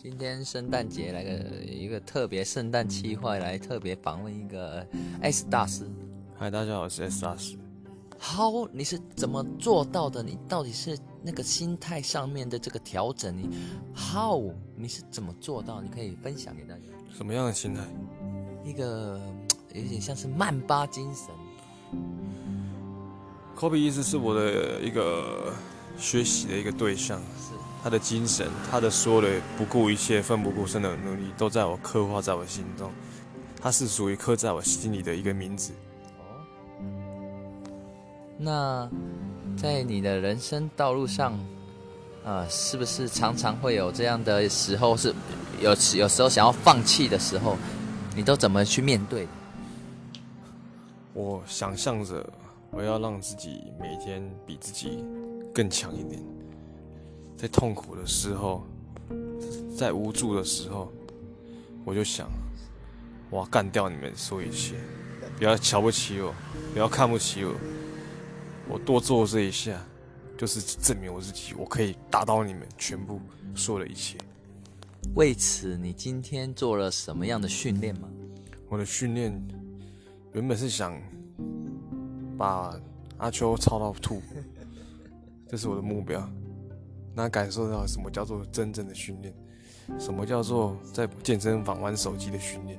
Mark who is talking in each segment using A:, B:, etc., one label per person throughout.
A: 今天圣诞节来个一个特别圣诞企划，来特别访问一个 S 大师。
B: 嗨，大家好，我是 S 大师。
A: How 你是怎么做到的？你到底是那个心态上面的这个调整？你 How 你是怎么做到？你可以分享给大家
B: 什么样的心态？
A: 一个嗯有点像是曼巴精神。
B: Kobe 一直是我的一个学习的一个对象，
A: 是
B: 他的精神，他的所有的不顾一切、奋不顾身的努力，都在我刻画在我心中。他是属于刻在我心里的一个名字。
A: 哦。那在你的人生道路上，呃，是不是常常会有这样的时候是？有时有时候想要放弃的时候，你都怎么去面对的？
B: 我想象着我要让自己每天比自己更强一点，在痛苦的时候，在无助的时候，我就想，我要干掉你们所有一切，不要瞧不起我，不要看不起我，我多做这一下，就是证明我自己，我可以打倒你们全部所有的一切。
A: 为此，你今天做了什么样的训练吗？
B: 我的训练原本是想把阿秋操到吐，这是我的目标。那感受到什么叫做真正的训练，什么叫做在健身房玩手机的训练，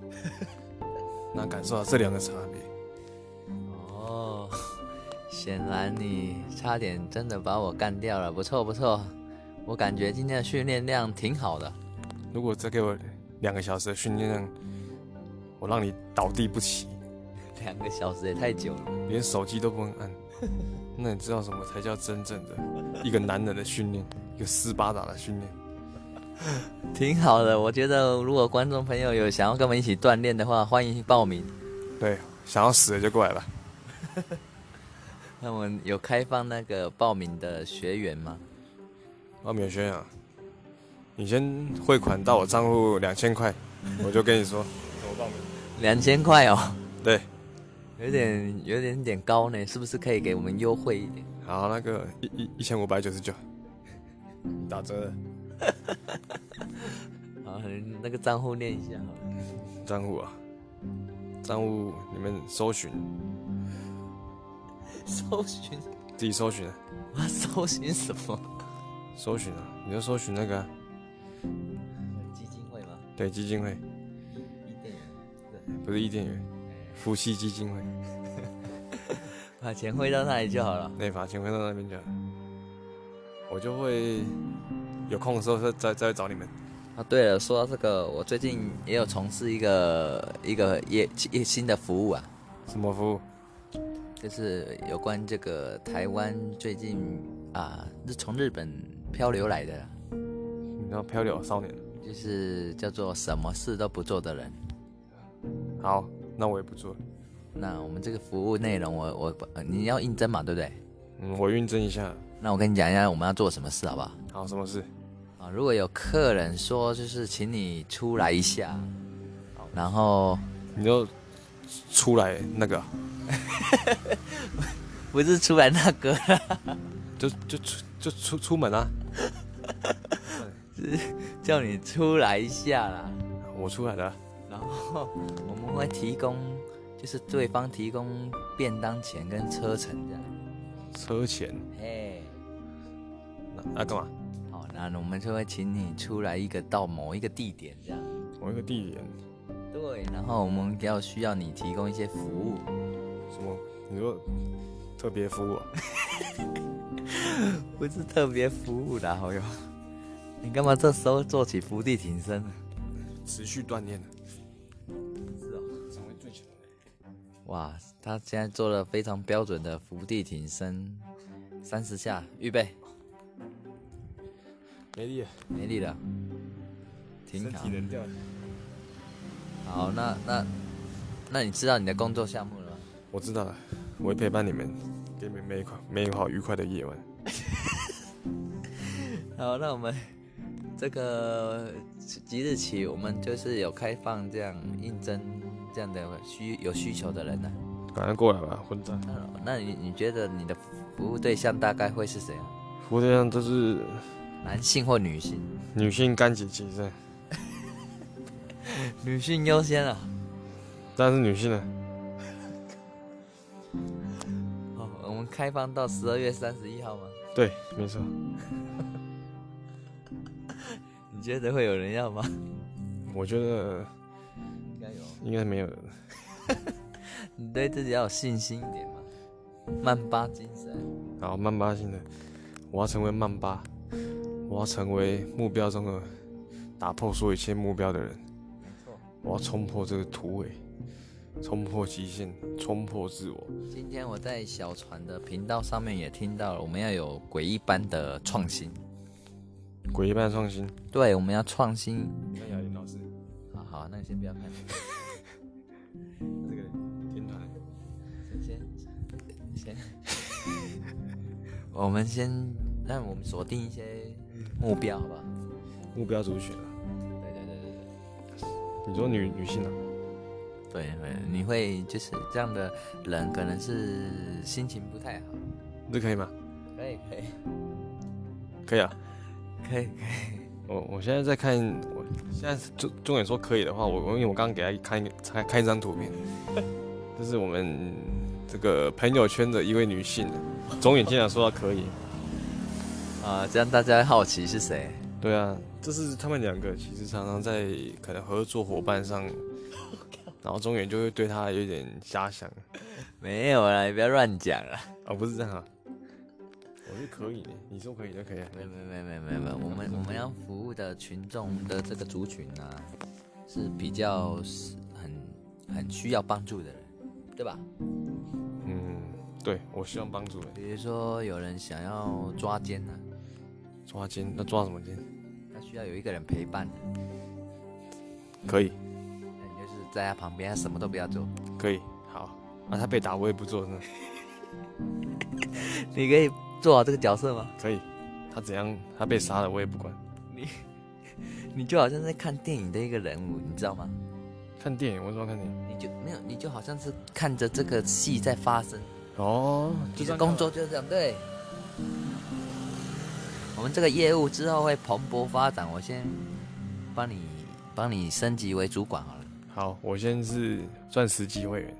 B: 那感受到这两个差别。
A: 哦，显然你差点真的把我干掉了。不错不错，我感觉今天的训练量挺好的。
B: 如果再给我两个小时的训练量，我让你倒地不起，
A: 两个小时也太久了。
B: 连手机都不能按。那你知道什么才叫真正的一个男人的训练，一个斯巴达的训练？
A: 挺好的，我觉得如果观众朋友有想要跟我们一起锻炼的话，欢迎报名。
B: 对，想要死的就过来吧。
A: 那我们有开放那个报名的学员吗？
B: 阿美轩啊，你先汇款到我账户两千块，我就跟你说。
A: 两千块哦，
B: 对，
A: 有点有点点高呢，是不是可以给我们优惠一点？
B: 好，那个一一一千五百九十九，打折的
A: 啊，那个账户念一下好了。
B: 账户啊，账户你们搜寻，
A: 搜寻，
B: 自己搜寻啊，
A: 我要搜寻什么？
B: 搜寻啊，你就搜寻那个啊、
A: 基金会吗？
B: 对基金会，
A: 伊甸园。
B: 不是伊甸园，夫妻基金会，
A: 把钱汇到那里就好了。
B: 那把钱汇到那边去了，我就会有空的时候再再再来找你们。
A: 啊，对了，说到这个，我最近也有从事一个一个业业新的服务啊，
B: 什么服务？
A: 就是有关这个台湾最近啊，是从日本漂流来的啦，
B: 你知道漂流少年？
A: 就是叫做什么事都不做的人。
B: 好，那我也不做了。
A: 那我们这个服务内容我，我呃你要应征嘛，对不对？
B: 嗯，我认真一下。
A: 那我跟你讲一下我们要做什么事，好不好？
B: 好，什么事？
A: 啊，如果有客人说就是请你出来一下，然后
B: 你就出来那个啊，
A: 不是出来那个，
B: 就就出就出出门啊！
A: 叫你出来一下啦。
B: 我出来了啊，
A: 然后我们会提供，就是对方提供便当钱跟车程这样。
B: 车钱，
A: 嘿，
B: 那那干嘛？
A: 好，那我们就会请你出来一个到某一个地点这样。
B: 我一个地点，
A: 对，然后我们要需要你提供一些服务。
B: 什么？你说特别服务、啊？
A: 不是特别服务的，好友。你干嘛这时候做起伏地挺身呢？
B: 持续锻炼的，啊
A: 是哦。
B: 成为最强的。
A: 哇，他现在做了非常标准的伏地挺身，三十下，预备，
B: 没力了，
A: 没力了，挺好。
B: 冷掉了。
A: 好，那那那你知道你的工作项目了吗？
B: 我知道了，我会陪伴你们，给你们每一块每一块愉快的夜晚。
A: 好，那我们这个即日起，我们就是有开放这样应征这样的需有需求的人呢、
B: 赶快过来吧，混蛋！
A: 那那你你觉得你的服务对象大概会是谁啊？
B: 服务对象都是
A: 男性或女性？
B: 女性干姐姐在，
A: 女性优先啊。
B: 但是女性呢？
A: 哦，我们开放到十二月三十一号吗？
B: 对，没错，
A: 你觉得会有人要吗？
B: 我觉得
A: 应该有。
B: 应该没有人。
A: 你对自己要有信心一点嘛，曼巴精神。
B: 然后曼巴性的，我要成为曼巴，我要成为目标中的打破所有一切目标的人。
A: 没错。
B: 我要冲破这个土尾，冲破极限，冲破自我。
A: 今天我在小船的频道上面也听到了，我们要有鬼一般的创新。
B: 鬼一般创新。
A: 对，我们要创新。
B: 看雅玲老师，
A: 好啊好，那你先不要看，
B: 这个天团，
A: 先先先， 我们先让我们锁定一些目标，好不好？
B: 目标族群啊。
A: 对对对对对。
B: 你说女女性啊？
A: 对对，你会就是这样的人，可能是心情不太好。
B: 这可以吗？
A: 可以可以
B: 可以啊。
A: 可以可以。
B: 我我现在在看，我现在重重点说可以的话，我我因为我刚刚给他看一个看看一张图片， 这是我们这个朋友圈的一位女性，总远竟然说她可以，
A: 啊、这样大家会好奇是谁？
B: 对啊，这是他们两个其实常常在可能合作伙伴上，然后中远就会对她有点遐想
A: 没有啦，你不要乱讲啦。
B: 啊，不是这样啊，我是可以的，你说可以就可以啊，
A: 没没没没没没，我们我们要服务的群众我们的这个族群呢、啊，是比较是很很需要帮助的人，对吧？
B: 嗯，对我希望帮助人
A: 比如说有人想要抓奸呢、啊，
B: 抓奸，那抓什么奸？
A: 他需要有一个人陪伴，啊
B: 可以，
A: 那你就是在他旁边，他什么都不要做，
B: 可以，好，那、啊、他被打我也不做呢。
A: 你可以做好这个角色吗？
B: 可以，他怎样，他被杀了我也不管。
A: 你就好像在看电影的一个人物，你知道吗？
B: 看电影，我怎么看电影？
A: 你就没有，你就好像是看着这个戏在发生。
B: 哦，
A: 你的工作就是这样，对。我们这个业务之后会蓬勃发展，我先帮你帮你升级为主管好 了。
B: 好，我先是钻石级 会员，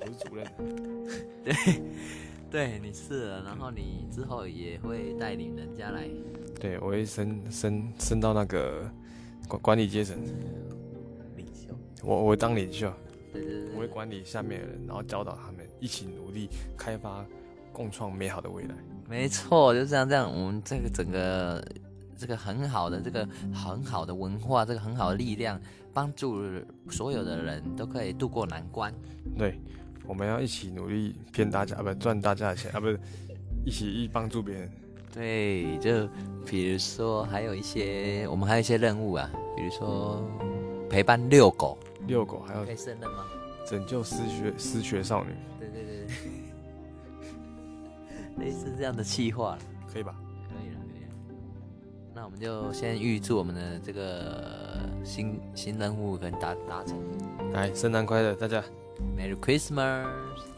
B: 我是主任。
A: 对，你是了，然后你之后也会带领人家来。
B: 对，我会升升升到那个管管理阶层，
A: 领袖。
B: 我我会当领袖，
A: 对对对
B: 我会管理下面的人，然后教导他们一起努力开发，共创美好的未来。
A: 没错，就这样这样，我们这个整个这个很好的这个很好的文化，这个很好的力量，帮助所有的人都可以渡过难关。
B: 对，我们要一起努力骗大家，啊不赚大家的钱啊，不是一起一帮助别人。
A: 对，就比如说还有一些，我们还有一些任务啊，比如说陪伴遛狗，
B: 遛狗还要
A: 可以胜任吗？
B: 拯救失学失学少女，
A: 对对对 对，类似这样的计划了，
B: 可以吧？
A: 可以了，可以了。那我们就先预祝我们的这个新新任务跟达达成
B: 来，圣诞快乐，大家！
A: ，Merry Christmas。